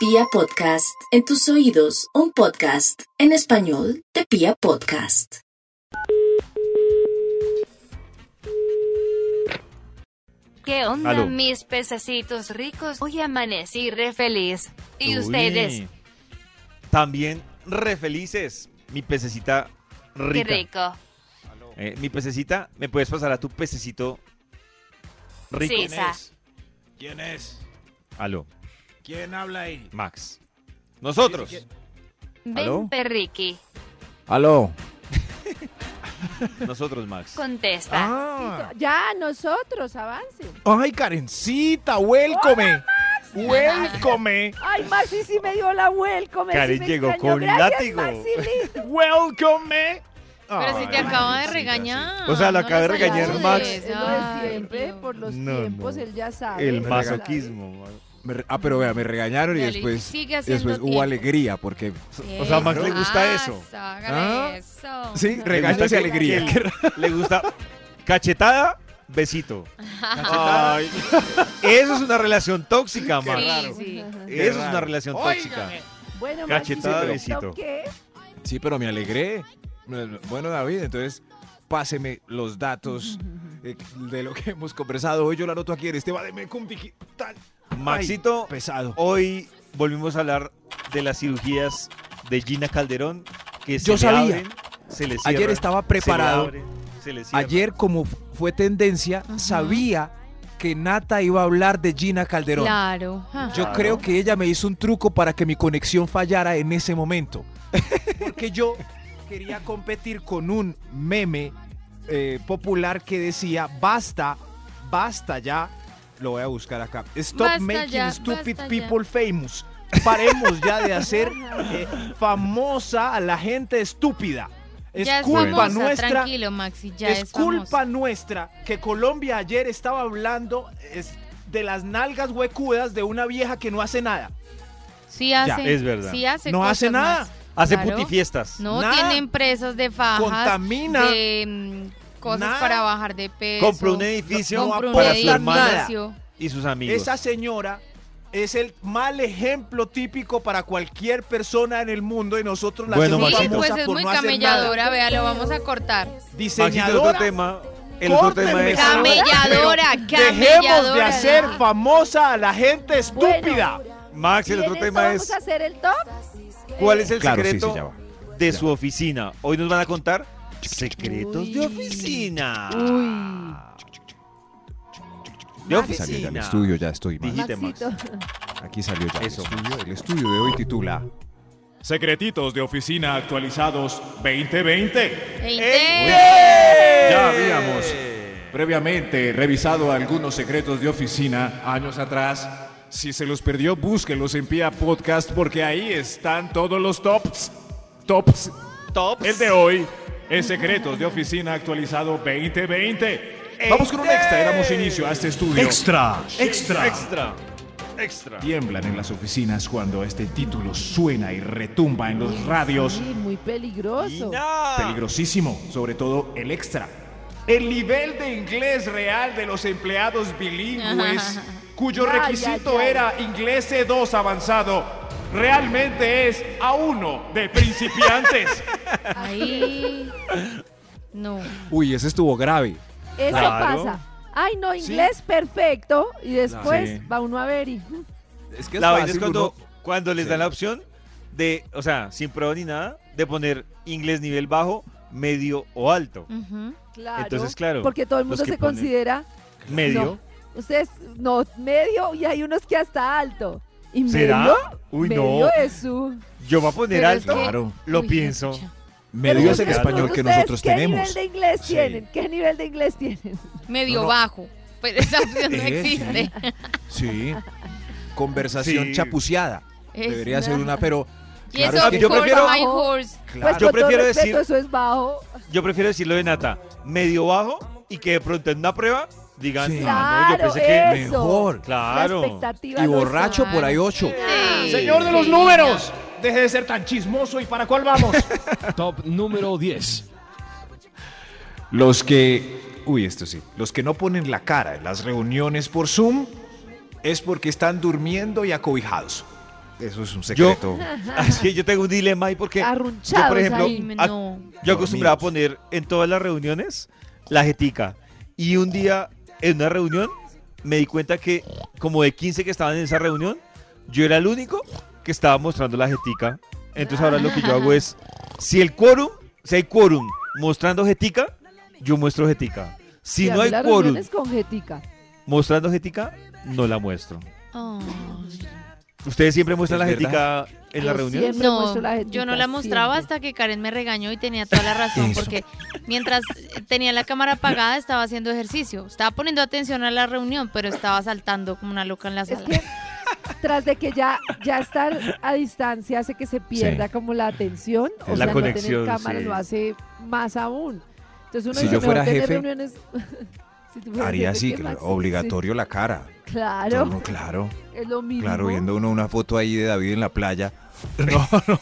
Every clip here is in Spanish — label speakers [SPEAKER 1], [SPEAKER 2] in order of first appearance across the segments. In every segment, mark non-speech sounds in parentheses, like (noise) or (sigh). [SPEAKER 1] Pia Podcast, en tus oídos, un podcast en español de Pia Podcast.
[SPEAKER 2] ¿Qué onda
[SPEAKER 3] Aló.
[SPEAKER 2] mis pececitos ricos? Hoy amanecí re feliz. ¿Y
[SPEAKER 3] Uy.
[SPEAKER 2] ustedes?
[SPEAKER 3] También re felices. Mi pececita
[SPEAKER 2] Qué
[SPEAKER 3] rica.
[SPEAKER 2] rico.
[SPEAKER 3] Eh, mi pececita, ¿me puedes pasar a tu pececito rico?
[SPEAKER 2] Sí, sa.
[SPEAKER 4] ¿Quién es?
[SPEAKER 3] Aló,
[SPEAKER 4] ¿Quién habla ahí?
[SPEAKER 3] Max. Nosotros.
[SPEAKER 2] Ven, perriqui.
[SPEAKER 4] Aló.
[SPEAKER 3] Nosotros, Max.
[SPEAKER 2] Contesta.
[SPEAKER 4] Ah.
[SPEAKER 5] Ya, nosotros, avancen.
[SPEAKER 4] Ay, Karencita, welcome. Welcome.
[SPEAKER 5] Ay, Maxi sí me dio la vuelta.
[SPEAKER 3] Karen llegó con látigo. (laughs)
[SPEAKER 4] Welcome.
[SPEAKER 6] Pero si te
[SPEAKER 4] Ay,
[SPEAKER 6] acabo de
[SPEAKER 4] Karencita,
[SPEAKER 6] regañar.
[SPEAKER 3] O sea, lo
[SPEAKER 6] lo
[SPEAKER 3] acaba de regañar Max.
[SPEAKER 5] siempre, por los
[SPEAKER 3] No,
[SPEAKER 5] tiempos,
[SPEAKER 3] no.
[SPEAKER 5] él ya sabe.
[SPEAKER 3] El
[SPEAKER 5] él
[SPEAKER 3] masoquismo.
[SPEAKER 7] Me re- Ah, pero vea, me regañaron y
[SPEAKER 6] Dale,
[SPEAKER 7] después,
[SPEAKER 6] sigue haciendo
[SPEAKER 7] después hubo
[SPEAKER 6] tiempo.
[SPEAKER 7] alegría,
[SPEAKER 6] (laughs)
[SPEAKER 7] porque...
[SPEAKER 3] O sea, a Max le gusta eso.
[SPEAKER 7] Ah.
[SPEAKER 6] eso.
[SPEAKER 7] Sí,
[SPEAKER 5] Me
[SPEAKER 7] regaños y
[SPEAKER 3] gusta que-
[SPEAKER 7] (laughs) alegría.
[SPEAKER 3] que- Le gusta cachetada, besito. Cachetada. Eso es una relación tóxica,
[SPEAKER 6] Sí,
[SPEAKER 3] Max.
[SPEAKER 6] sí.
[SPEAKER 4] qué
[SPEAKER 3] Eso es una
[SPEAKER 4] raro.
[SPEAKER 3] relación
[SPEAKER 4] Óigame.
[SPEAKER 3] tóxica.
[SPEAKER 5] sabe. Bueno,
[SPEAKER 3] Cachetada,
[SPEAKER 5] Maxi, ¿se
[SPEAKER 3] besito.
[SPEAKER 5] preguntó ¿Qué?
[SPEAKER 7] Sí, pero me alegré. Bueno, David, entonces páseme los
[SPEAKER 6] (laughs)
[SPEAKER 7] datos eh, de lo que hemos conversado. Hoy yo la anoto aquí en este Bademecum Digital.
[SPEAKER 3] Maxito,
[SPEAKER 7] Ay, pesado.
[SPEAKER 3] Hoy volvimos a hablar de las cirugías de Gina Calderón que se
[SPEAKER 7] Yo
[SPEAKER 3] le
[SPEAKER 7] sabía.
[SPEAKER 3] abren, se le
[SPEAKER 7] Ayer
[SPEAKER 3] cierran,
[SPEAKER 7] estaba
[SPEAKER 3] se le
[SPEAKER 7] preparado.
[SPEAKER 3] abren, se le cierran.
[SPEAKER 7] Ayer, como f- fue tendencia, sabía que Nata iba a hablar de Gina Calderón.
[SPEAKER 6] Claro. Ah.
[SPEAKER 7] Yo
[SPEAKER 3] Claro.
[SPEAKER 7] creo que ella me hizo un truco para que mi conexión fallara en ese momento. (laughs) Porque yo quería competir con un meme eh, popular que decía, basta, basta ya. Lo voy a buscar acá. Stop
[SPEAKER 6] Basta
[SPEAKER 7] making
[SPEAKER 6] ya,
[SPEAKER 7] stupid
[SPEAKER 6] basta ya.
[SPEAKER 7] people famous. Paremos ya de
[SPEAKER 6] (laughs)
[SPEAKER 7] hacer eh, famosa a la gente estúpida. Es
[SPEAKER 6] Ya es
[SPEAKER 7] culpa
[SPEAKER 6] famosa,
[SPEAKER 7] nuestra
[SPEAKER 6] Tranquilo, Maxi, ya
[SPEAKER 7] es,
[SPEAKER 6] es,
[SPEAKER 7] culpa
[SPEAKER 6] famosa.
[SPEAKER 7] nuestra que Colombia ayer estaba hablando es, de las nalgas huecudas de una vieja que no hace nada.
[SPEAKER 6] Sí hace.
[SPEAKER 3] es verdad.
[SPEAKER 6] Sí hace
[SPEAKER 7] no
[SPEAKER 6] cosas
[SPEAKER 7] hace nada.
[SPEAKER 6] más.
[SPEAKER 3] hace
[SPEAKER 6] Claro.
[SPEAKER 3] putifiestas.
[SPEAKER 6] No
[SPEAKER 7] Nada.
[SPEAKER 6] tiene empresas de fajas.
[SPEAKER 7] Contamina.
[SPEAKER 6] De mm, cosas
[SPEAKER 7] Nada.
[SPEAKER 6] para bajar de peso.
[SPEAKER 3] Compró un edificio
[SPEAKER 7] no
[SPEAKER 6] Compró un
[SPEAKER 3] para su
[SPEAKER 7] aporta
[SPEAKER 3] hermana
[SPEAKER 7] nada.
[SPEAKER 6] edificio.
[SPEAKER 3] y sus amigos.
[SPEAKER 7] Esa señora es el mal ejemplo típico para cualquier persona en el mundo y nosotros la
[SPEAKER 3] Bueno,
[SPEAKER 7] hacemos
[SPEAKER 6] Sí,
[SPEAKER 3] Maxito.
[SPEAKER 7] famosa
[SPEAKER 6] pues es
[SPEAKER 7] por
[SPEAKER 6] muy
[SPEAKER 7] no hacer nada.
[SPEAKER 6] camelladora, vea, lo vamos a cortar.
[SPEAKER 3] Maxito, el otro
[SPEAKER 7] Diseñadora.
[SPEAKER 3] tema, el otro
[SPEAKER 7] córtenme
[SPEAKER 3] tema es
[SPEAKER 7] esa-
[SPEAKER 6] Camelladora,
[SPEAKER 7] Pero Dejemos de
[SPEAKER 6] camelladora.
[SPEAKER 7] hacer famosa a la gente estúpida.
[SPEAKER 3] Max,
[SPEAKER 5] ¿Y
[SPEAKER 3] el
[SPEAKER 5] en
[SPEAKER 3] otro
[SPEAKER 5] eso
[SPEAKER 3] tema
[SPEAKER 5] vamos
[SPEAKER 3] es
[SPEAKER 5] a hacer el top?
[SPEAKER 3] ¿cuál es el
[SPEAKER 7] Claro, sí,
[SPEAKER 3] secreto
[SPEAKER 7] sí, ya va.
[SPEAKER 3] de
[SPEAKER 7] Ya
[SPEAKER 3] su oficina? Hoy nos van a contar secretos de
[SPEAKER 5] Uy.
[SPEAKER 3] oficina. De
[SPEAKER 7] Aquí salió ya el
[SPEAKER 3] oficina.
[SPEAKER 7] estudio, ya estoy. Max.
[SPEAKER 3] Digite, Max.
[SPEAKER 5] Maxito.
[SPEAKER 7] Aquí salió ya
[SPEAKER 3] Eso,
[SPEAKER 7] el estudio. El estudio de hoy titula
[SPEAKER 4] Secretitos de oficina actualizados 2020.
[SPEAKER 6] E
[SPEAKER 4] Ya
[SPEAKER 7] Ya
[SPEAKER 4] habíamos previamente revisado algunos secretos de oficina años atrás. Si se los perdió, búsquenlos en Pia Podcast porque ahí están todos los tops. Tops.
[SPEAKER 3] Tops.
[SPEAKER 4] El de hoy es Secretos de Oficina actualizado 2020. Vamos con un extra y damos inicio a este estudio. Extra, extra.
[SPEAKER 3] Extra. Extra.
[SPEAKER 4] Tiemblan en las oficinas cuando este título suena y retumba en los radios.
[SPEAKER 5] Sí, muy peligroso.
[SPEAKER 4] Peligrosísimo, sobre todo el extra. El nivel de inglés real de los empleados bilingües,
[SPEAKER 7] (laughs)
[SPEAKER 4] cuyo
[SPEAKER 5] Ay,
[SPEAKER 4] requisito
[SPEAKER 5] ay, ay.
[SPEAKER 4] era inglés C2 avanzado, realmente es A1 de principiantes.
[SPEAKER 6] Ahí. No.
[SPEAKER 7] (laughs) Uy, ese estuvo grave.
[SPEAKER 5] Eso
[SPEAKER 3] Claro.
[SPEAKER 5] pasa. Ay, no, inglés perfecto. Y después
[SPEAKER 7] Sí.
[SPEAKER 5] va uno a ver y...
[SPEAKER 7] Es que es
[SPEAKER 3] la vaina
[SPEAKER 7] fácil
[SPEAKER 3] es cuando,
[SPEAKER 7] uno-
[SPEAKER 3] cuando les
[SPEAKER 7] Sí.
[SPEAKER 3] dan la opción de, o sea, sin prueba ni nada, de poner inglés nivel bajo, medio o alto.
[SPEAKER 6] Ujú.
[SPEAKER 5] Claro.
[SPEAKER 3] Entonces, claro,
[SPEAKER 5] Porque todo el
[SPEAKER 3] los
[SPEAKER 5] mundo
[SPEAKER 3] que
[SPEAKER 5] se
[SPEAKER 3] ponen-
[SPEAKER 5] considera...
[SPEAKER 3] Medio.
[SPEAKER 5] No, ustedes, no, medio y hay unos que hasta alto. ¿Y
[SPEAKER 3] ¿Será?
[SPEAKER 5] medio?
[SPEAKER 3] Uy, no.
[SPEAKER 5] medio es su...
[SPEAKER 3] Yo voy a poner
[SPEAKER 5] Pero es
[SPEAKER 3] alto,
[SPEAKER 5] que-
[SPEAKER 7] Claro.
[SPEAKER 3] lo
[SPEAKER 6] Uy,
[SPEAKER 3] pienso.
[SPEAKER 6] juepucha.
[SPEAKER 3] Pero
[SPEAKER 7] Medio es el
[SPEAKER 3] yo les
[SPEAKER 7] español
[SPEAKER 3] pregunto
[SPEAKER 7] que
[SPEAKER 5] ¿Ustedes
[SPEAKER 7] nosotros
[SPEAKER 5] ¿Qué nivel
[SPEAKER 7] tenemos.
[SPEAKER 5] de inglés
[SPEAKER 7] Sí.
[SPEAKER 5] tienen? ¿Qué nivel de inglés tienen? Pues,
[SPEAKER 6] medio
[SPEAKER 7] No, no.
[SPEAKER 6] bajo. Pero esa opción no
[SPEAKER 7] Eh,
[SPEAKER 6] existe.
[SPEAKER 7] Sí. Conversación
[SPEAKER 3] Sí.
[SPEAKER 7] chapuceada.
[SPEAKER 6] Es
[SPEAKER 7] Debería ser
[SPEAKER 6] una-
[SPEAKER 7] una, pero.
[SPEAKER 6] Y eso,
[SPEAKER 7] claro, es que
[SPEAKER 6] of
[SPEAKER 3] yo
[SPEAKER 6] course,
[SPEAKER 3] prefiero-
[SPEAKER 6] my horse.
[SPEAKER 7] claro,
[SPEAKER 3] yo
[SPEAKER 5] pues con todo
[SPEAKER 3] prefiero
[SPEAKER 5] respeto,
[SPEAKER 3] decir-
[SPEAKER 5] eso es bajo.
[SPEAKER 3] Yo prefiero decir lo de Nata, medio bajo, y que de pronto en una prueba digan,
[SPEAKER 7] Sí.
[SPEAKER 3] ah, no, yo
[SPEAKER 5] Claro,
[SPEAKER 3] pensé que... (laughs)
[SPEAKER 5] eso.
[SPEAKER 7] mejor.
[SPEAKER 5] La
[SPEAKER 3] Claro.
[SPEAKER 5] expectativa
[SPEAKER 7] Y
[SPEAKER 5] no está.
[SPEAKER 7] borracho por ahí ocho.
[SPEAKER 6] Sí.
[SPEAKER 4] Señor de los
[SPEAKER 6] Sí,
[SPEAKER 4] números, deje de ser tan chismoso y para cuál vamos.
[SPEAKER 8] Top número 10.
[SPEAKER 7] Los que. Uy, esto sí. Los que no ponen la cara en las reuniones por Zoom es porque están durmiendo y acobijados. Eso es un
[SPEAKER 3] Yo,
[SPEAKER 7] secreto.
[SPEAKER 3] es que Ah, yo tengo un dilema ahí porque
[SPEAKER 5] Arrunchados
[SPEAKER 3] por ejemplo,
[SPEAKER 5] ahí.
[SPEAKER 6] Ay,
[SPEAKER 3] a-
[SPEAKER 6] no.
[SPEAKER 3] yo acostumbraba a poner en todas las reuniones la jetica. Y un día, en una reunión, me di cuenta que como de 15 que estaban en esa reunión, yo era el único que estaba mostrando la jetica. Entonces ahora lo que yo hago es, si el quórum, si hay quórum mostrando jetica, yo muestro jetica. Si
[SPEAKER 5] Y a
[SPEAKER 3] no
[SPEAKER 5] mí
[SPEAKER 3] hay
[SPEAKER 5] las
[SPEAKER 3] quórum
[SPEAKER 5] reuniones con Jetica.
[SPEAKER 3] mostrando jetica, no la muestro.
[SPEAKER 6] Ay.
[SPEAKER 3] ¿Ustedes siempre muestran la
[SPEAKER 7] ¿Es
[SPEAKER 3] jetica en la
[SPEAKER 5] Yo
[SPEAKER 3] reunión?
[SPEAKER 5] siempre
[SPEAKER 6] No,
[SPEAKER 5] muestro la
[SPEAKER 6] yo
[SPEAKER 5] jetica,
[SPEAKER 6] no la mostraba
[SPEAKER 5] siempre.
[SPEAKER 6] hasta que Karen me regañó y tenía toda la razón,
[SPEAKER 7] Eso.
[SPEAKER 6] porque mientras tenía la cámara apagada estaba haciendo ejercicio, estaba poniendo atención a la reunión, pero estaba saltando como una loca en la
[SPEAKER 5] Es
[SPEAKER 6] sala.
[SPEAKER 5] que tras de que ya, ya estar a distancia hace que se pierda como la atención, o
[SPEAKER 7] La
[SPEAKER 5] sea,
[SPEAKER 3] conexión,
[SPEAKER 5] no tener cámara
[SPEAKER 3] sí.
[SPEAKER 5] lo hace más aún. Entonces uno
[SPEAKER 7] Si
[SPEAKER 5] dice,
[SPEAKER 7] yo
[SPEAKER 5] mejor
[SPEAKER 7] fuera
[SPEAKER 5] tener
[SPEAKER 7] jefe,
[SPEAKER 5] reuniones... (laughs) Si tú fueras
[SPEAKER 7] Haría
[SPEAKER 5] jefe,
[SPEAKER 7] así,
[SPEAKER 5] ¿qué
[SPEAKER 7] claro,
[SPEAKER 5] más? Sí,
[SPEAKER 7] obligatorio la cara.
[SPEAKER 5] sí, claro,
[SPEAKER 7] Todo, no, claro,
[SPEAKER 5] es lo mismo.
[SPEAKER 7] claro, viendo uno una foto ahí de David en la playa.
[SPEAKER 4] (laughs)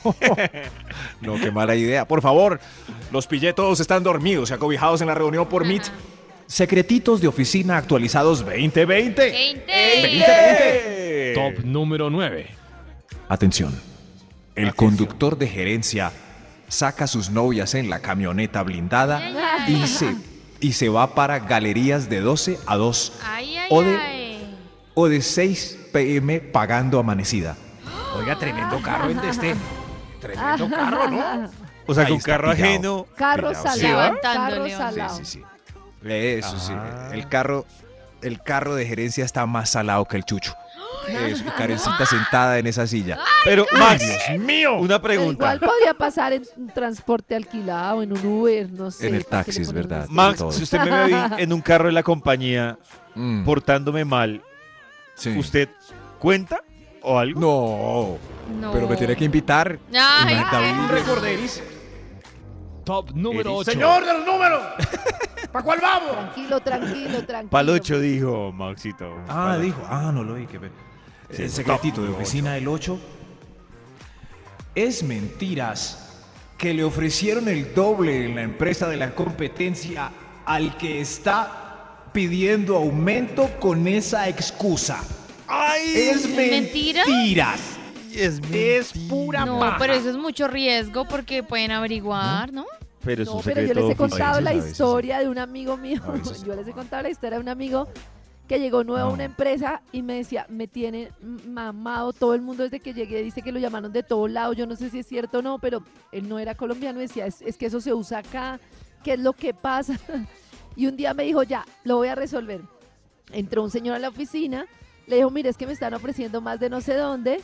[SPEAKER 4] No, qué mala idea. Por favor, los pillé todos están dormidos y acobijados en la reunión por Meet. Secretitos de oficina actualizados 2020.
[SPEAKER 8] Top número 9.
[SPEAKER 4] Atención. El conductor de gerencia saca a sus novias en la camioneta blindada y se, y se va para galerías de 12 a 2
[SPEAKER 6] Ay, ay,
[SPEAKER 4] O de-
[SPEAKER 6] ay.
[SPEAKER 4] o de 6 pm pagando amanecida.
[SPEAKER 7] Oiga, tremendo carro en este. Tremendo carro, ¿no?
[SPEAKER 3] O sea,
[SPEAKER 4] Ahí
[SPEAKER 3] que un
[SPEAKER 4] está
[SPEAKER 3] carro
[SPEAKER 4] pillado.
[SPEAKER 3] ajeno
[SPEAKER 5] Carro
[SPEAKER 4] Cuidado, sí,
[SPEAKER 5] salado,
[SPEAKER 6] ¿va?
[SPEAKER 5] carro
[SPEAKER 6] Sí,
[SPEAKER 5] salado.
[SPEAKER 4] (laughs) Sí, sí, sí. Eso
[SPEAKER 3] Ah.
[SPEAKER 4] sí. El carro, el carro de gerencia está más salado que el chucho. Eso, y Karencita sentada en esa silla.
[SPEAKER 3] Pero Max, una
[SPEAKER 5] Pero
[SPEAKER 3] pregunta.
[SPEAKER 5] Igual podría pasar en un transporte alquilado, en un Uber, no sé.
[SPEAKER 4] En el
[SPEAKER 5] ¿para qué
[SPEAKER 4] taxi,
[SPEAKER 5] le
[SPEAKER 4] es
[SPEAKER 5] ponen
[SPEAKER 4] verdad.
[SPEAKER 5] así?
[SPEAKER 3] Max,
[SPEAKER 4] todo.
[SPEAKER 3] si usted me ve ahí en un carro de la compañía
[SPEAKER 4] Mm,
[SPEAKER 3] portándome mal,
[SPEAKER 4] sí.
[SPEAKER 3] ¿usted cuenta o algo?
[SPEAKER 4] No,
[SPEAKER 6] No.
[SPEAKER 4] pero me tiene que invitar.
[SPEAKER 6] Ay,
[SPEAKER 4] Imagínate,
[SPEAKER 6] ay,
[SPEAKER 4] un
[SPEAKER 8] Top número 8.
[SPEAKER 7] de los números! ¿Para cuál vamos?
[SPEAKER 5] Tranquilo, tranquilo, tranquilo.
[SPEAKER 3] Palocho dijo, Maxito.
[SPEAKER 4] Ah,
[SPEAKER 3] Palocho.
[SPEAKER 4] dijo. Ah, no lo vi. Que...
[SPEAKER 3] Sí,
[SPEAKER 4] el
[SPEAKER 3] top
[SPEAKER 4] secretito de
[SPEAKER 3] número
[SPEAKER 4] oficina del 8. Es mentiras que le ofrecieron el doble en la empresa de la competencia al que está pidiendo aumento con esa excusa. ¡Ay! Es
[SPEAKER 6] ¿Mentira?
[SPEAKER 4] mentiras.
[SPEAKER 3] Es
[SPEAKER 4] Es pura
[SPEAKER 6] No,
[SPEAKER 4] paja.
[SPEAKER 6] pero eso es mucho riesgo porque pueden averiguar, ¿no?
[SPEAKER 3] Pero es
[SPEAKER 5] No,
[SPEAKER 3] un
[SPEAKER 5] pero
[SPEAKER 3] secreto
[SPEAKER 5] yo les he
[SPEAKER 3] oficial.
[SPEAKER 5] contado la
[SPEAKER 4] A veces, sí.
[SPEAKER 5] historia de un amigo mío.
[SPEAKER 4] A veces.
[SPEAKER 5] (laughs) Yo les he contado la historia de un amigo que llegó nuevo a
[SPEAKER 4] No.
[SPEAKER 5] una empresa y me decía, me tienen mamado todo el mundo desde que llegué, dice que lo llamaron de todos lados, yo no sé si es cierto o no, pero él no era colombiano, decía, es, es que eso se usa acá, ¿qué es lo que pasa? (laughs) Y un día me dijo, ya, lo voy a resolver. Entró un señor a la oficina, le dijo, mire, es que me están ofreciendo más de no sé dónde.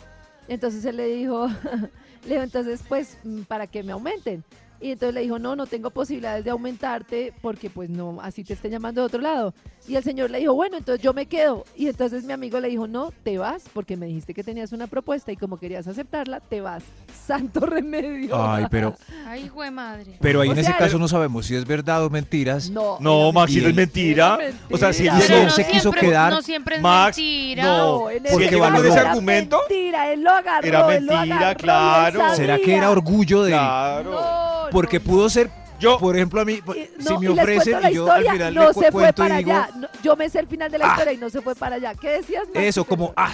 [SPEAKER 5] Entonces él le dijo, (laughs) le dijo, entonces pues, mm, para que me aumenten. Y entonces le dijo, no, no tengo posibilidades de aumentarte porque pues no, así te estén llamando de otro lado. Y el señor le dijo, bueno, entonces yo me quedo. Y entonces mi amigo le dijo, no, te vas porque me dijiste que tenías una propuesta y como querías aceptarla, te vas. (laughs) Santo remedio.
[SPEAKER 4] Ay, pero,
[SPEAKER 6] Ay, güey madre.
[SPEAKER 7] Pero ahí
[SPEAKER 5] O
[SPEAKER 7] en ese
[SPEAKER 5] sea,
[SPEAKER 7] caso no sabemos si es verdad o mentiras.
[SPEAKER 5] No,
[SPEAKER 3] No, Maxito,
[SPEAKER 7] Y-
[SPEAKER 3] es mentira.
[SPEAKER 5] Era mentira.
[SPEAKER 3] O sea, si él
[SPEAKER 5] Pero
[SPEAKER 3] llegó-
[SPEAKER 6] Pero
[SPEAKER 7] no
[SPEAKER 6] no
[SPEAKER 7] se quiso
[SPEAKER 6] siempre,
[SPEAKER 7] quedar,
[SPEAKER 6] no siempre es
[SPEAKER 3] Max,
[SPEAKER 6] mentira.
[SPEAKER 3] no.
[SPEAKER 5] en
[SPEAKER 7] porque
[SPEAKER 5] ese
[SPEAKER 7] evaluó
[SPEAKER 5] caso
[SPEAKER 7] ese
[SPEAKER 5] era
[SPEAKER 3] argumento,
[SPEAKER 5] Mentira, él lo agarró.
[SPEAKER 3] era
[SPEAKER 5] él lo
[SPEAKER 3] mentira,
[SPEAKER 5] agarró, él
[SPEAKER 3] claro.
[SPEAKER 5] sabía.
[SPEAKER 7] ¿Será que era orgullo de él?
[SPEAKER 3] Claro.
[SPEAKER 5] No,
[SPEAKER 7] Porque
[SPEAKER 5] no,
[SPEAKER 7] pudo ser,
[SPEAKER 3] Yo,
[SPEAKER 4] Pues,
[SPEAKER 7] por ejemplo, a mí, pues,
[SPEAKER 5] Eh,
[SPEAKER 7] si
[SPEAKER 5] no,
[SPEAKER 7] me
[SPEAKER 5] y les
[SPEAKER 7] ofrecen
[SPEAKER 5] cuento la
[SPEAKER 7] y yo al
[SPEAKER 5] historia,
[SPEAKER 7] final
[SPEAKER 5] no
[SPEAKER 7] le cu-
[SPEAKER 5] se fue
[SPEAKER 7] cuento y
[SPEAKER 5] para
[SPEAKER 7] digo, ¡Ah!
[SPEAKER 5] allá. No, yo me sé el final de la historia y no se fue para allá. ¿Qué decías? Maxi?
[SPEAKER 7] Eso, como, ah,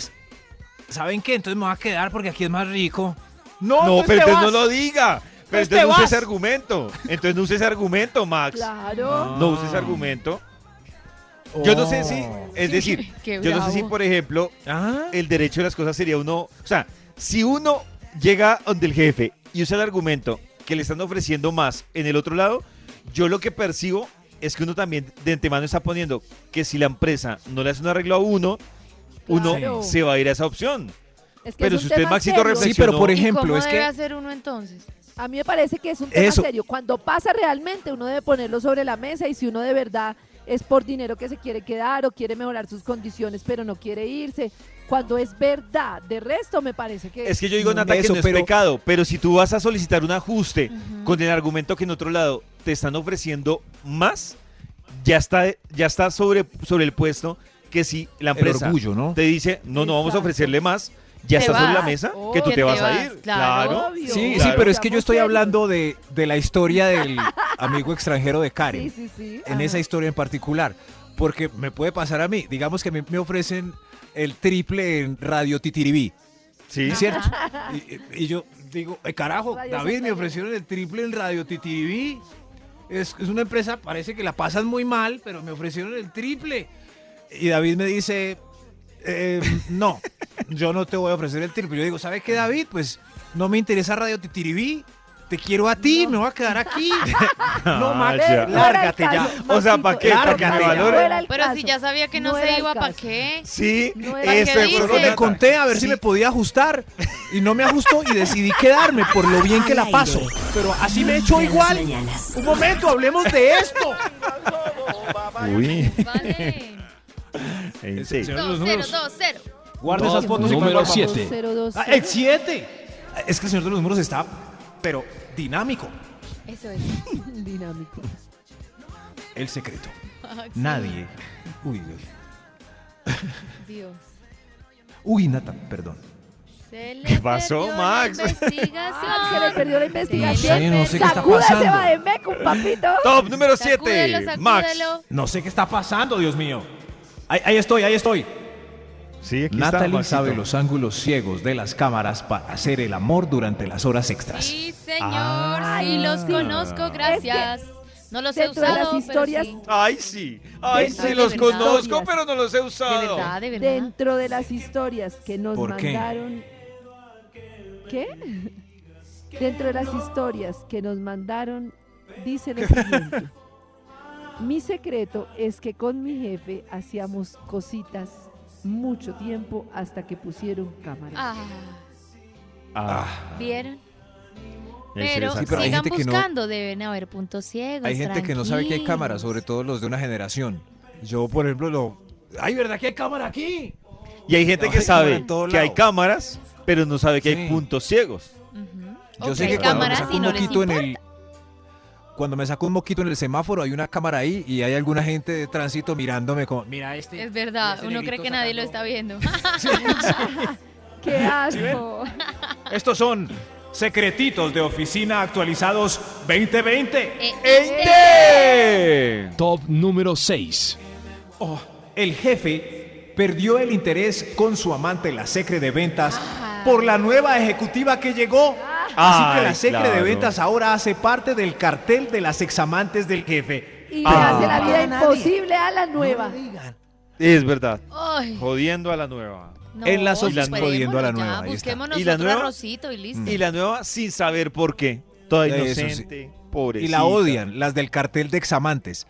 [SPEAKER 7] ¿saben qué? Entonces me voy a quedar porque aquí es más rico.
[SPEAKER 3] no,
[SPEAKER 7] pues
[SPEAKER 3] pero
[SPEAKER 7] te
[SPEAKER 3] entonces no
[SPEAKER 7] vas.
[SPEAKER 3] lo diga. Pero
[SPEAKER 7] Pues
[SPEAKER 3] entonces
[SPEAKER 7] te
[SPEAKER 3] no use
[SPEAKER 7] vas.
[SPEAKER 3] ese argumento. Entonces no use ese argumento, Max.
[SPEAKER 5] Claro.
[SPEAKER 3] No use ese argumento. Yo no sé si,
[SPEAKER 7] Oh.
[SPEAKER 4] Ah.
[SPEAKER 3] es decir,
[SPEAKER 6] Qué
[SPEAKER 3] yo no sé si,
[SPEAKER 6] bravo.
[SPEAKER 3] por ejemplo,
[SPEAKER 7] Ah,
[SPEAKER 3] el derecho de las cosas sería uno, o sea, si uno llega donde el jefe y usa el argumento que le están ofreciendo más en el otro lado, yo lo que percibo es que uno también de antemano está poniendo que si la empresa no le hace un arreglo a uno, uno
[SPEAKER 5] Claro.
[SPEAKER 3] se va a ir a esa opción.
[SPEAKER 5] Es que
[SPEAKER 3] Pero
[SPEAKER 5] es
[SPEAKER 3] si
[SPEAKER 5] un
[SPEAKER 3] usted,
[SPEAKER 5] tema
[SPEAKER 3] Maxito,
[SPEAKER 5] serio.
[SPEAKER 3] reflexiona-
[SPEAKER 7] sí, pero por
[SPEAKER 3] ¿Y
[SPEAKER 6] ¿Y
[SPEAKER 7] ejemplo,
[SPEAKER 6] cómo
[SPEAKER 7] es
[SPEAKER 6] debe
[SPEAKER 7] que
[SPEAKER 6] hacer uno entonces?
[SPEAKER 5] A mí me parece que es un tema
[SPEAKER 7] Eso.
[SPEAKER 5] serio. Cuando pasa realmente, uno debe ponerlo sobre la mesa y si uno de verdad es por dinero que se quiere quedar o quiere mejorar sus condiciones, pero no quiere irse. Cuando es verdad, de resto me parece que
[SPEAKER 3] Es que yo digo,
[SPEAKER 7] No,
[SPEAKER 3] Nata, que
[SPEAKER 7] eso,
[SPEAKER 3] no es
[SPEAKER 7] pero-
[SPEAKER 3] pecado, pero si tú vas a solicitar un ajuste
[SPEAKER 6] Ujú.
[SPEAKER 3] con el argumento que en otro lado te están ofreciendo más, ya está, ya está sobre, sobre el puesto que si la
[SPEAKER 7] el
[SPEAKER 3] empresa
[SPEAKER 7] orgullo, ¿no?
[SPEAKER 3] te dice, no, no vamos a
[SPEAKER 5] Exacto.
[SPEAKER 3] ofrecerle más, ya
[SPEAKER 6] Te
[SPEAKER 3] está sobre la
[SPEAKER 6] vas.
[SPEAKER 3] mesa,
[SPEAKER 5] Oh,
[SPEAKER 3] que tú
[SPEAKER 5] que
[SPEAKER 3] te
[SPEAKER 5] te
[SPEAKER 3] vas a
[SPEAKER 6] vas,
[SPEAKER 3] ir.
[SPEAKER 6] claro.
[SPEAKER 3] Claro.
[SPEAKER 5] Obvio.
[SPEAKER 7] Sí, sí,
[SPEAKER 3] Claro.
[SPEAKER 7] pero es que yo estoy
[SPEAKER 5] Seamos
[SPEAKER 7] hablando de, de la historia
[SPEAKER 5] (laughs)
[SPEAKER 7] del amigo extranjero de Karen.
[SPEAKER 5] serios. Sí, sí, sí. Ah,
[SPEAKER 7] en
[SPEAKER 5] Ajá.
[SPEAKER 7] esa historia en particular. Porque me puede pasar a mí. Digamos que me, me ofrecen el triple en Radio Titiribí.
[SPEAKER 3] Sí.
[SPEAKER 7] ¿Es cierto? Y, y yo digo, "Eh, carajo,
[SPEAKER 5] Radio
[SPEAKER 7] David, me
[SPEAKER 5] Santander.
[SPEAKER 7] ofrecieron el triple en Radio Titiriví. Es, es una empresa, parece que la pasan muy mal, pero me ofrecieron el triple. Y David me dice, "Eh, no, yo no te voy a ofrecer el triple. Yo digo, ¿sabes qué, David? Pues no me interesa Radio Titiriví. Te quiero a ti, me voy a quedar aquí. no,
[SPEAKER 3] Ah,
[SPEAKER 7] Max,
[SPEAKER 3] ya.
[SPEAKER 7] lárgate ya.
[SPEAKER 3] O sea, ¿pa' qué?
[SPEAKER 7] ¿Pa' que me valoren?
[SPEAKER 6] Pero si ya sabía que no,
[SPEAKER 5] No era
[SPEAKER 6] se
[SPEAKER 5] el
[SPEAKER 6] iba, ¿para
[SPEAKER 5] caso.
[SPEAKER 6] qué?
[SPEAKER 3] Sí,
[SPEAKER 5] No era
[SPEAKER 3] eso
[SPEAKER 6] que
[SPEAKER 3] es
[SPEAKER 6] dice.
[SPEAKER 7] Solo le conté a ver si me podía ajustar y no me ajustó y decidí quedarme por lo bien que la paso. Pero así me echo igual. Un momento, hablemos de esto.
[SPEAKER 3] Uy,
[SPEAKER 6] Vale.
[SPEAKER 3] en
[SPEAKER 4] Eh,
[SPEAKER 3] serio.
[SPEAKER 6] 2-0, 2-0.
[SPEAKER 7] Guarda esas fotos y
[SPEAKER 8] Número
[SPEAKER 7] guarda-
[SPEAKER 8] 7.
[SPEAKER 7] Ah, el 7. Es que el señor de los números está, pero dinámico.
[SPEAKER 6] Eso es.
[SPEAKER 5] Dinámico.
[SPEAKER 7] El secreto.
[SPEAKER 6] Ay,
[SPEAKER 7] Nadie. Uy, uy.
[SPEAKER 6] Dios.
[SPEAKER 7] Uy, Nata, perdón.
[SPEAKER 6] Se le
[SPEAKER 3] ¿Qué pasó,
[SPEAKER 6] perdió la
[SPEAKER 3] Max?
[SPEAKER 6] investigación.
[SPEAKER 5] Ah, se le perdió la
[SPEAKER 7] Sí,
[SPEAKER 5] investigación.
[SPEAKER 7] no sé qué está
[SPEAKER 5] Sacúdase,
[SPEAKER 7] pasando.
[SPEAKER 5] va de meco, papito.
[SPEAKER 3] Top número 7.
[SPEAKER 6] Sacúdelo,
[SPEAKER 3] Max.
[SPEAKER 6] sacúdelo.
[SPEAKER 7] No sé qué está pasando, Dios mío. Ahí, ahí estoy, ahí estoy.
[SPEAKER 3] Sí, aquí está,
[SPEAKER 7] Natalie
[SPEAKER 3] Maxito.
[SPEAKER 7] sabe los ángulos ciegos de las cámaras para hacer el amor durante las horas extras.
[SPEAKER 6] Sí, señor.
[SPEAKER 7] Ah.
[SPEAKER 6] Sí, los conozco, gracias. No los he
[SPEAKER 5] Dentro de
[SPEAKER 6] usado,
[SPEAKER 5] las historias,
[SPEAKER 6] pero sí.
[SPEAKER 3] Ay, sí. Ay,
[SPEAKER 5] Dentro
[SPEAKER 3] sí,
[SPEAKER 6] de
[SPEAKER 3] los
[SPEAKER 6] verdad.
[SPEAKER 3] conozco, pero no los he
[SPEAKER 6] De
[SPEAKER 3] usado.
[SPEAKER 6] verdad, de verdad.
[SPEAKER 5] Dentro de las historias que nos
[SPEAKER 7] ¿Por qué?
[SPEAKER 5] mandaron. ¿Qué? Dentro de las historias que nos mandaron,
[SPEAKER 7] (laughs)
[SPEAKER 5] dice lo siguiente. Mi secreto es que con mi jefe hacíamos cositas mucho tiempo hasta que pusieron cámara.
[SPEAKER 6] Ah,
[SPEAKER 3] Ah,
[SPEAKER 6] ¿vieron?
[SPEAKER 3] ahí se
[SPEAKER 6] Pero
[SPEAKER 3] les
[SPEAKER 7] Sí, pero hay
[SPEAKER 6] sigan
[SPEAKER 7] gente que no-
[SPEAKER 6] buscando, deben haber puntos ciegos.
[SPEAKER 7] Hay gente que no sabe que hay cámaras, sobre todo los de una generación. Yo, por ejemplo, lo... ¡Ay, verdad que hay cámara aquí!
[SPEAKER 3] Y hay gente que
[SPEAKER 7] Ay, cámara
[SPEAKER 3] sabe
[SPEAKER 7] en todo
[SPEAKER 3] que hay
[SPEAKER 7] lado.
[SPEAKER 3] cámaras, pero no sabe que hay
[SPEAKER 7] Sí.
[SPEAKER 3] puntos ciegos.
[SPEAKER 7] Yo
[SPEAKER 6] Yo
[SPEAKER 7] sé que cuando me
[SPEAKER 6] cámaras
[SPEAKER 7] saco
[SPEAKER 6] y
[SPEAKER 7] un
[SPEAKER 6] no les
[SPEAKER 7] moquito en
[SPEAKER 6] importa.
[SPEAKER 7] el... Cuando me saco un moquito en el semáforo, hay una cámara ahí y hay alguna gente de tránsito mirándome como... Mira este...
[SPEAKER 6] Es verdad, uno cree que nadie lo está viendo. (laughs)
[SPEAKER 5] (laughs) ¡Qué asco!
[SPEAKER 7] Estos son secretitos de oficina actualizados 2020.
[SPEAKER 6] Eh,
[SPEAKER 8] Top número 6.
[SPEAKER 7] Oh, el jefe perdió el interés con su amante, la secre de ventas, por la nueva ejecutiva que llegó. Así que
[SPEAKER 3] Ay,
[SPEAKER 7] la secre de
[SPEAKER 3] claro.
[SPEAKER 7] ventas ahora hace parte del cartel de las examantes del jefe.
[SPEAKER 5] Y
[SPEAKER 3] Ah.
[SPEAKER 5] le hace la vida
[SPEAKER 7] Nadie.
[SPEAKER 5] imposible a la nueva.
[SPEAKER 3] Es verdad.
[SPEAKER 6] ay,
[SPEAKER 3] Jodiendo a la nueva.
[SPEAKER 6] no,
[SPEAKER 7] En las
[SPEAKER 6] superémonos
[SPEAKER 7] oficinas jodiendo a la
[SPEAKER 6] ya,
[SPEAKER 7] nueva, ahí está.
[SPEAKER 6] Busquémonos
[SPEAKER 3] ¿Y la
[SPEAKER 6] otro
[SPEAKER 3] nueva?
[SPEAKER 6] arrocito y listo.
[SPEAKER 3] Y la nueva sin saber por qué. Toda
[SPEAKER 7] Eso sí.
[SPEAKER 3] inocente, pobre.
[SPEAKER 7] Y la odian, las del cartel de examantes.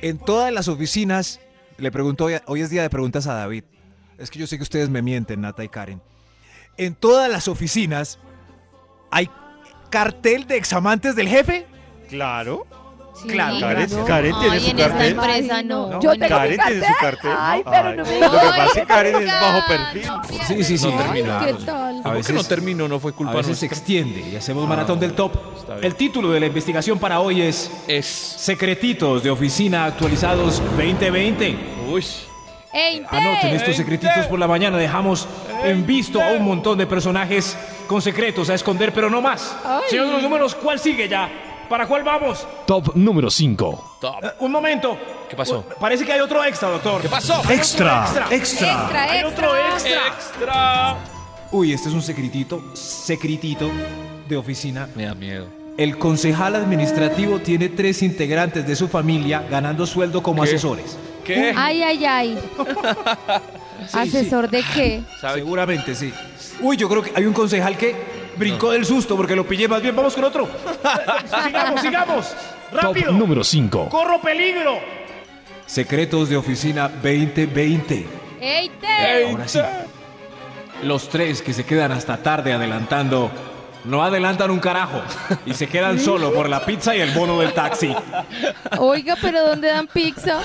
[SPEAKER 7] En todas las oficinas, le pregunto, hoy, hoy es día de preguntas a David. Es que yo sé que ustedes me mienten, Nata y Karen. En todas las oficinas hay cartel de examantes del jefe.
[SPEAKER 3] Claro.
[SPEAKER 6] Sí.
[SPEAKER 7] claro,
[SPEAKER 3] Karen,
[SPEAKER 5] no.
[SPEAKER 3] Karen tiene
[SPEAKER 6] Ay,
[SPEAKER 3] su
[SPEAKER 6] en esta
[SPEAKER 3] cartel.
[SPEAKER 6] empresa- no.
[SPEAKER 5] Yo
[SPEAKER 6] Bueno,
[SPEAKER 5] tengo mi
[SPEAKER 3] Karen tiene su
[SPEAKER 5] cartel.
[SPEAKER 3] cartel.
[SPEAKER 5] Ay, pero no me
[SPEAKER 3] Lo que
[SPEAKER 5] digas.
[SPEAKER 3] pasa es que Karen es bajo
[SPEAKER 6] Oigan,
[SPEAKER 3] perfil.
[SPEAKER 6] no pierdan.
[SPEAKER 7] sí, sí.
[SPEAKER 5] ¿Qué tal?
[SPEAKER 7] A veces, no termino? No fue culpa A veces se extiende y hacemos
[SPEAKER 9] Ah,
[SPEAKER 7] maratón del top. El título de la investigación para hoy es
[SPEAKER 9] Es.
[SPEAKER 7] Secretitos de Oficina Actualizados 2020.
[SPEAKER 9] Uy.
[SPEAKER 6] ¡Ey,
[SPEAKER 7] Anoten
[SPEAKER 6] Inter!
[SPEAKER 7] estos secretitos por la mañana. Dejamos en visto a un montón de personajes con secretos a esconder, pero no más. Señor de los números, ¿cuál sigue ya? ¿Para cuál vamos?
[SPEAKER 8] Top número 5.
[SPEAKER 9] Top.
[SPEAKER 7] Eh, un momento.
[SPEAKER 9] Ah. ¿Qué pasó?
[SPEAKER 7] Uh, parece que hay otro extra, doctor.
[SPEAKER 9] ¿Qué pasó?
[SPEAKER 7] Extra,
[SPEAKER 6] Extra,
[SPEAKER 7] Hay otro
[SPEAKER 6] extra.
[SPEAKER 7] extra.
[SPEAKER 9] Extra.
[SPEAKER 7] Uy, este es un secretito, secretito de oficina.
[SPEAKER 9] Me da miedo.
[SPEAKER 7] El concejal administrativo tiene tres integrantes de su familia ganando sueldo como
[SPEAKER 9] ¿Qué?
[SPEAKER 7] asesores.
[SPEAKER 9] ¿Qué?
[SPEAKER 6] Ay, ay, ay. ¿Asesor de qué?
[SPEAKER 9] ¿Sabe?
[SPEAKER 7] Seguramente sí. Uy, yo creo que hay un concejal que brincó del susto porque lo pillé. Más bien, vamos con otro. sigamos, sigamos.
[SPEAKER 8] Top
[SPEAKER 7] Rápido.
[SPEAKER 8] número 5.
[SPEAKER 7] Corro peligro. Secretos de oficina 2020.
[SPEAKER 6] ¡Ey,
[SPEAKER 9] Ey.
[SPEAKER 6] Ter!
[SPEAKER 7] Ahora sí. Los tres que se quedan hasta tarde adelantando. No adelantan un carajo y
[SPEAKER 10] (laughs)
[SPEAKER 7] se quedan solo por la pizza y el bono del taxi.
[SPEAKER 6] Oiga, pero ¿dónde dan pizza?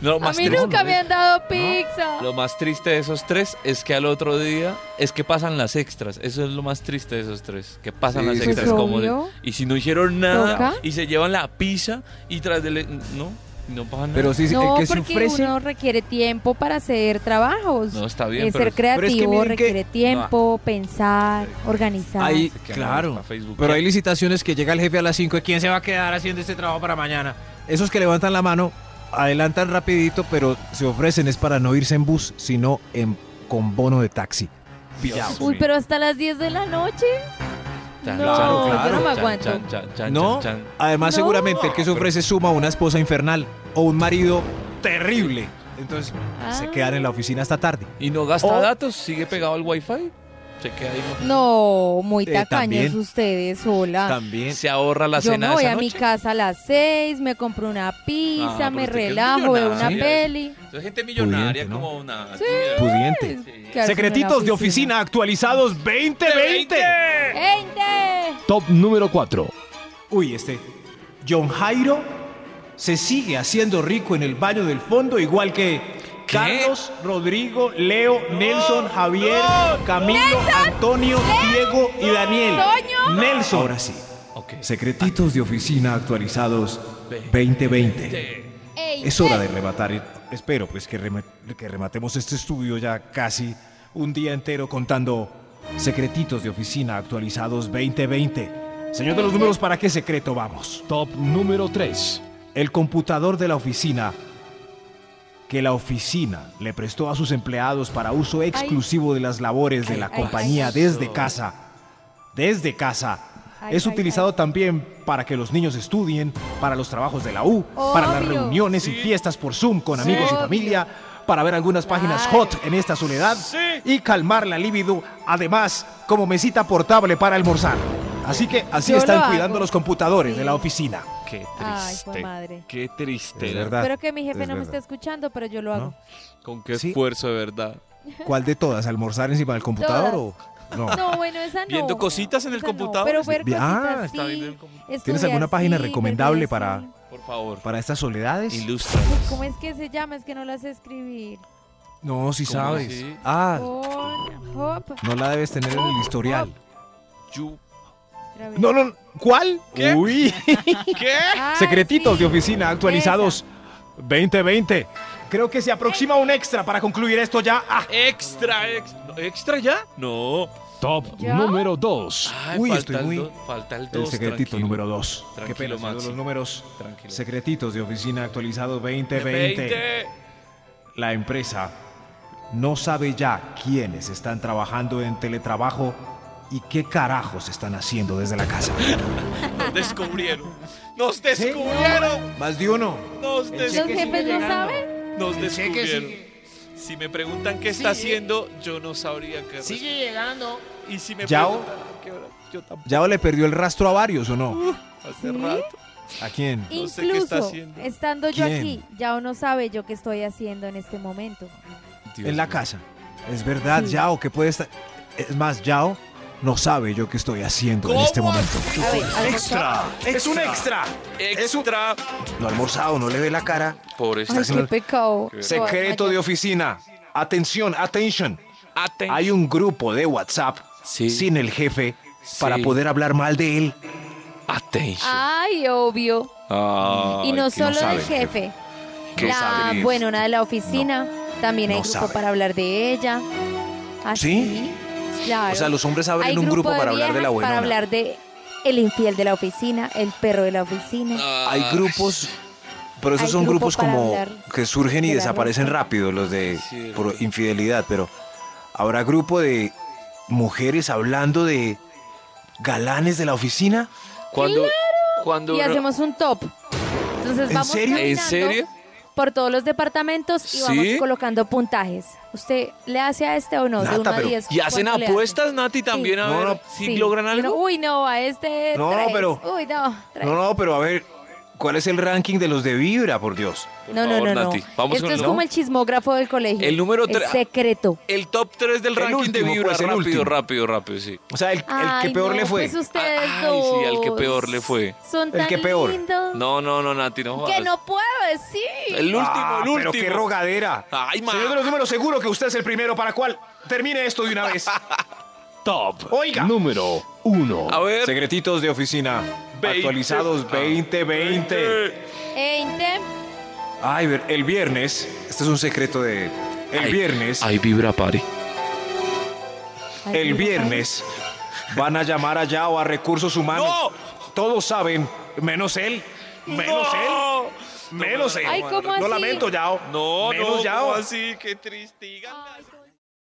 [SPEAKER 9] No, lo
[SPEAKER 6] A
[SPEAKER 9] más
[SPEAKER 6] mí
[SPEAKER 9] triste-
[SPEAKER 6] nunca me han dado pizza.
[SPEAKER 9] Lo más triste de esos tres es que al otro día es que pasan las extras. Eso es lo más triste de esos tres. Que pasan
[SPEAKER 7] Sí,
[SPEAKER 9] las
[SPEAKER 7] sí,
[SPEAKER 9] extras.
[SPEAKER 6] Pues
[SPEAKER 9] como de-
[SPEAKER 6] obvio.
[SPEAKER 9] y si no hicieron nada
[SPEAKER 6] Toca.
[SPEAKER 9] y se llevan la pizza y tras del. e- No, no pasa nada.
[SPEAKER 7] Pero sí, eh,
[SPEAKER 10] No,
[SPEAKER 7] el que se
[SPEAKER 10] porque
[SPEAKER 7] ofrece.
[SPEAKER 10] uno requiere tiempo para hacer trabajos.
[SPEAKER 9] no, está bien.
[SPEAKER 10] Eh,
[SPEAKER 9] pero
[SPEAKER 10] ser creativo
[SPEAKER 7] Pero es que miren que-
[SPEAKER 10] requiere tiempo, pensar, organizar.
[SPEAKER 7] Ahí,
[SPEAKER 9] Que
[SPEAKER 7] claro.
[SPEAKER 9] a Facebook.
[SPEAKER 7] Pero hay licitaciones que llega el jefe a las 5 y quién se va a quedar haciendo este trabajo para mañana. Esos que levantan la mano, adelantan rapidito, pero se ofrecen es para no irse en bus, sino en, con bono de taxi. pillados.
[SPEAKER 5] Uy, pero hasta las 10 de la noche.
[SPEAKER 4] Tan,
[SPEAKER 5] no,
[SPEAKER 7] claro,
[SPEAKER 5] yo no
[SPEAKER 7] claro.
[SPEAKER 5] me
[SPEAKER 4] chan,
[SPEAKER 5] aguanto.
[SPEAKER 4] chan, chan, chan,
[SPEAKER 7] No,
[SPEAKER 4] chan, chan.
[SPEAKER 7] además
[SPEAKER 5] No.
[SPEAKER 7] seguramente el que sufre se suma a una esposa infernal o un marido terrible. Entonces se
[SPEAKER 5] Ah.
[SPEAKER 7] quedan en la oficina hasta tarde.
[SPEAKER 4] Y no gasta
[SPEAKER 7] O-
[SPEAKER 4] datos, sigue pegado al wifi, se queda ahí. ¿no?
[SPEAKER 5] No, muy
[SPEAKER 7] Eh,
[SPEAKER 5] tacaños
[SPEAKER 7] también.
[SPEAKER 5] ustedes, hola.
[SPEAKER 7] También.
[SPEAKER 4] Se ahorra la
[SPEAKER 5] Yo
[SPEAKER 4] cena
[SPEAKER 5] me
[SPEAKER 4] de
[SPEAKER 5] voy
[SPEAKER 4] esa
[SPEAKER 5] a mi
[SPEAKER 4] noche.
[SPEAKER 5] casa a las 6, me compro una
[SPEAKER 4] Ah,
[SPEAKER 5] pizza,
[SPEAKER 4] pero usted que
[SPEAKER 5] me
[SPEAKER 4] es
[SPEAKER 5] relajo, veo una
[SPEAKER 4] millonaria.
[SPEAKER 5] peli.
[SPEAKER 4] Es gente millonaria
[SPEAKER 7] Pudiente, ¿no?
[SPEAKER 4] como una...
[SPEAKER 7] Pudiente.
[SPEAKER 5] Quedarse
[SPEAKER 7] Secretitos
[SPEAKER 5] en
[SPEAKER 7] de
[SPEAKER 5] la
[SPEAKER 7] oficina actualizados 2020.
[SPEAKER 5] ¡Gente!
[SPEAKER 9] Top número 4.
[SPEAKER 7] Uy, este. John Jairo se sigue haciendo rico en el baño del fondo, igual que Carlos, Rodrigo, Leo, Nelson, Javier, Camilo, Antonio, Diego y Daniel.
[SPEAKER 5] Toño.
[SPEAKER 7] Nelson. Ahora sí.
[SPEAKER 4] Ok.
[SPEAKER 7] Secretitos de oficina actualizados 2020.
[SPEAKER 5] ¡Ey,
[SPEAKER 7] Es hora de rematar. Espero pues que, rema- que rematemos este estudio ya casi un día entero contando secretitos de oficina actualizados 2020. Señor de los números, ¿para qué secreto vamos?
[SPEAKER 9] Top número 3.
[SPEAKER 7] El computador de la oficina que la oficina le prestó a sus empleados para uso exclusivo de las labores de
[SPEAKER 5] Ay,
[SPEAKER 7] la
[SPEAKER 5] ay,
[SPEAKER 7] compañía
[SPEAKER 5] ay.
[SPEAKER 7] desde casa. Desde casa.
[SPEAKER 5] Ay,
[SPEAKER 7] es
[SPEAKER 5] ay,
[SPEAKER 7] utilizado
[SPEAKER 5] ay.
[SPEAKER 7] también para que los niños estudien, para los trabajos de la U, para las
[SPEAKER 5] Obvio.
[SPEAKER 7] reuniones y fiestas por Zoom con amigos y
[SPEAKER 5] Obvio.
[SPEAKER 7] familia, para ver algunas páginas
[SPEAKER 5] Claro.
[SPEAKER 7] hot en esta soledad y calmar la libido, además como mesita portable para almorzar. Así que así
[SPEAKER 5] Yo
[SPEAKER 7] están
[SPEAKER 5] lo
[SPEAKER 7] cuidando
[SPEAKER 5] hago.
[SPEAKER 7] los computadores de
[SPEAKER 5] Sí.
[SPEAKER 7] la oficina.
[SPEAKER 4] Qué triste.
[SPEAKER 5] Ay, fue madre.
[SPEAKER 4] Qué triste.
[SPEAKER 7] Es verdad.
[SPEAKER 5] Espero que mi jefe
[SPEAKER 7] Es
[SPEAKER 5] no me
[SPEAKER 7] verdad.
[SPEAKER 5] esté escuchando, pero yo lo hago.
[SPEAKER 4] Con qué
[SPEAKER 7] Sí.
[SPEAKER 4] esfuerzo, de verdad.
[SPEAKER 7] ¿Cuál de todas? ¿Almorzar encima del computador o (laughs) no?
[SPEAKER 5] No, bueno, esa no.
[SPEAKER 4] Viendo cositas en el
[SPEAKER 5] Esa
[SPEAKER 4] computador.
[SPEAKER 5] No, pero ver
[SPEAKER 7] Bien.
[SPEAKER 5] cositas,
[SPEAKER 7] Ah,
[SPEAKER 5] sí,
[SPEAKER 4] está viendo el computador.
[SPEAKER 7] ¿Tienes
[SPEAKER 5] estudiar,
[SPEAKER 7] alguna página
[SPEAKER 5] sí,
[SPEAKER 7] recomendable
[SPEAKER 5] ver videos,
[SPEAKER 7] para-
[SPEAKER 5] sí.
[SPEAKER 4] Por favor,
[SPEAKER 7] Para estas soledades.
[SPEAKER 4] ilustra.
[SPEAKER 5] Ay, ¿Cómo es que se llama? Es que no la sé escribir.
[SPEAKER 7] No, si
[SPEAKER 4] ¿Cómo
[SPEAKER 7] sabes.
[SPEAKER 4] así?
[SPEAKER 5] Oh.
[SPEAKER 7] Ah,
[SPEAKER 5] Con Hop.
[SPEAKER 7] no la debes tener en el historial.
[SPEAKER 4] You-
[SPEAKER 5] otra vez.
[SPEAKER 7] No, no, ¿cuál?
[SPEAKER 4] ¿Qué?
[SPEAKER 7] Uy.
[SPEAKER 5] Ah,
[SPEAKER 7] (laughs) Secretitos
[SPEAKER 5] sí.
[SPEAKER 7] de oficina actualizados 2020. Creo que se aproxima un extra para concluir esto ya. Ah,
[SPEAKER 4] Extra, extra. ¿No, ¿Extra ya? No.
[SPEAKER 9] Top
[SPEAKER 5] ¿Ya?
[SPEAKER 9] número 2.
[SPEAKER 4] Ay,
[SPEAKER 7] Uy,
[SPEAKER 4] falta
[SPEAKER 7] estoy
[SPEAKER 4] el
[SPEAKER 7] muy-
[SPEAKER 4] do- falta el
[SPEAKER 7] el
[SPEAKER 4] dos,
[SPEAKER 7] secretito
[SPEAKER 4] tranquilo.
[SPEAKER 7] número 2. Qué
[SPEAKER 4] Tranquilo,
[SPEAKER 7] pena, señor,
[SPEAKER 4] Maxi.
[SPEAKER 7] los números.
[SPEAKER 4] Tranquilo.
[SPEAKER 7] Secretitos de oficina actualizados 2020.
[SPEAKER 4] 20.
[SPEAKER 7] La empresa no sabe ya quiénes están trabajando en teletrabajo y qué carajos están haciendo desde la casa.
[SPEAKER 4] Nos descubrieron. Nos descubrieron.
[SPEAKER 7] Más de uno.
[SPEAKER 4] Nos
[SPEAKER 7] El
[SPEAKER 5] ¿Los
[SPEAKER 7] cheque
[SPEAKER 4] descubrieron.
[SPEAKER 5] jefes no saben?
[SPEAKER 4] Nos
[SPEAKER 11] cheque
[SPEAKER 4] descubrieron. Si me preguntan qué está haciendo, yo no sabría qué.
[SPEAKER 11] Sigue llegando.
[SPEAKER 4] responder. Y si me
[SPEAKER 7] Yao.
[SPEAKER 4] preguntan a qué hora, yo tampoco.
[SPEAKER 7] ¿Ya le perdió el rastro a varios o no?
[SPEAKER 4] Hace rato.
[SPEAKER 7] ¿A quién?
[SPEAKER 4] No sé qué está
[SPEAKER 5] Incluso
[SPEAKER 4] haciendo.
[SPEAKER 5] estando yo
[SPEAKER 7] ¿Quién?
[SPEAKER 5] aquí, ya uno sabe yo qué estoy haciendo en este momento.
[SPEAKER 7] (laughs) en la
[SPEAKER 4] mío.
[SPEAKER 7] casa. Es verdad,
[SPEAKER 5] Sí.
[SPEAKER 7] Yao, que puede estar. Es más, Yao no sabe yo qué estoy haciendo en
[SPEAKER 4] ¿Cómo
[SPEAKER 7] este momento.
[SPEAKER 5] A ver, extra.
[SPEAKER 7] Es un extra.
[SPEAKER 4] Extra.
[SPEAKER 7] No ha almorzado, no le ve la cara.
[SPEAKER 4] Por
[SPEAKER 5] Ay, qué pecado.
[SPEAKER 4] Eh,
[SPEAKER 7] Secreto de oficina. Atención, atención. Hay un grupo de WhatsApp
[SPEAKER 4] Sí.
[SPEAKER 7] sin el jefe
[SPEAKER 4] Sí.
[SPEAKER 7] para poder hablar mal de él.
[SPEAKER 4] Attention.
[SPEAKER 5] Ay, obvio. y no solo del jefe.
[SPEAKER 7] ¿Qué
[SPEAKER 5] la
[SPEAKER 7] sabe?
[SPEAKER 5] bueno, una de la oficina. También hay
[SPEAKER 7] No
[SPEAKER 5] grupo
[SPEAKER 7] sabe.
[SPEAKER 5] para hablar de ella. Así. Claro.
[SPEAKER 7] O sea, los hombres
[SPEAKER 5] Hay
[SPEAKER 7] abren un grupo
[SPEAKER 5] de
[SPEAKER 7] para hablar de la
[SPEAKER 5] viejas
[SPEAKER 7] buena.
[SPEAKER 5] Para hablar de el infiel de la oficina, el perro de la oficina.
[SPEAKER 4] Ah.
[SPEAKER 7] Hay grupos, pero esos
[SPEAKER 5] Hay
[SPEAKER 7] son
[SPEAKER 5] grupo
[SPEAKER 7] grupos
[SPEAKER 5] para
[SPEAKER 7] como
[SPEAKER 5] hablar
[SPEAKER 7] que surgen y
[SPEAKER 5] de la
[SPEAKER 7] desaparecen
[SPEAKER 5] rosca.
[SPEAKER 7] rápido, los de
[SPEAKER 4] Cierto.
[SPEAKER 7] por infidelidad, pero habrá grupo de mujeres hablando de galanes de la oficina.
[SPEAKER 4] Cuando, cuando
[SPEAKER 5] Y
[SPEAKER 4] uno-
[SPEAKER 5] hacemos un top. Entonces
[SPEAKER 7] ¿En
[SPEAKER 5] vamos
[SPEAKER 7] serio?
[SPEAKER 4] ¿En
[SPEAKER 5] caminando
[SPEAKER 4] serio?
[SPEAKER 5] por todos los departamentos y
[SPEAKER 4] ¿Sí?
[SPEAKER 5] vamos colocando puntajes. ¿Usted le hace a este o no?
[SPEAKER 7] Nata,
[SPEAKER 5] de 1 a
[SPEAKER 7] pero-
[SPEAKER 5] 10.
[SPEAKER 4] Y hacen
[SPEAKER 5] ¿cuánto le hace?
[SPEAKER 4] apuestas, Nati, también a
[SPEAKER 7] No,
[SPEAKER 4] ver
[SPEAKER 7] no.
[SPEAKER 4] si
[SPEAKER 5] Sí.
[SPEAKER 4] logran
[SPEAKER 5] Y uno,
[SPEAKER 4] algo.
[SPEAKER 5] Uy, no, a este.
[SPEAKER 7] No,
[SPEAKER 5] tres.
[SPEAKER 7] pero-
[SPEAKER 5] Uy, no. tres.
[SPEAKER 7] No, no, pero a ver, ¿cuál es el ranking de los de Vibra, por Dios?
[SPEAKER 4] Por
[SPEAKER 5] No,
[SPEAKER 4] favor,
[SPEAKER 5] no, no, no.
[SPEAKER 4] Nati, Vamos
[SPEAKER 5] Esto
[SPEAKER 4] con
[SPEAKER 5] es
[SPEAKER 4] ¿no?
[SPEAKER 5] como el chismógrafo del colegio.
[SPEAKER 4] El número
[SPEAKER 5] Es
[SPEAKER 4] tres.
[SPEAKER 5] secreto.
[SPEAKER 4] El top 3 del
[SPEAKER 7] El
[SPEAKER 4] ranking de
[SPEAKER 7] último,
[SPEAKER 4] Vibra.
[SPEAKER 7] pues, el
[SPEAKER 4] rápido,
[SPEAKER 7] último.
[SPEAKER 4] rápido, rápido, sí.
[SPEAKER 7] O sea, el, el que
[SPEAKER 5] Ay,
[SPEAKER 7] peor
[SPEAKER 5] no,
[SPEAKER 7] le fue.
[SPEAKER 5] Pues ustedes
[SPEAKER 4] Ah, Ay, sí, al que
[SPEAKER 5] dos
[SPEAKER 4] peor le fue.
[SPEAKER 5] Son
[SPEAKER 7] El
[SPEAKER 5] tan
[SPEAKER 7] que peor.
[SPEAKER 5] lindos
[SPEAKER 4] No, no, no, Nati, no
[SPEAKER 5] que
[SPEAKER 4] jodas. Eh.
[SPEAKER 5] no puedo decir.
[SPEAKER 4] El último,
[SPEAKER 7] Ah,
[SPEAKER 4] el último.
[SPEAKER 7] Pero qué rogadera.
[SPEAKER 4] Ay, ma.
[SPEAKER 7] Señor de los números, seguro que usted es el primero para cual termine esto de una
[SPEAKER 4] (laughs)
[SPEAKER 7] vez.
[SPEAKER 9] Top
[SPEAKER 7] Oiga.
[SPEAKER 9] número 1.
[SPEAKER 4] A ver.
[SPEAKER 7] Secretitos de oficina.
[SPEAKER 4] Veinte. Ah.
[SPEAKER 7] Actualizados 2020.
[SPEAKER 5] Veinte.
[SPEAKER 7] Ay, ver- el viernes, este es un secreto de... El
[SPEAKER 4] Ay,
[SPEAKER 7] viernes,
[SPEAKER 4] Ay, Vibra Party.
[SPEAKER 5] Ay,
[SPEAKER 7] el
[SPEAKER 5] mira,
[SPEAKER 7] viernes, van a llamar allá o a recursos humanos. Todos saben, menos él, menos él,
[SPEAKER 4] ¡No! Ah,
[SPEAKER 7] menos él.
[SPEAKER 5] Ay, ¿cómo
[SPEAKER 7] Lo
[SPEAKER 5] así?
[SPEAKER 7] lamento, Yao.
[SPEAKER 4] No,
[SPEAKER 7] menos
[SPEAKER 4] no,
[SPEAKER 7] Yao.
[SPEAKER 4] ¿cómo así, qué triste.
[SPEAKER 5] ay, ay,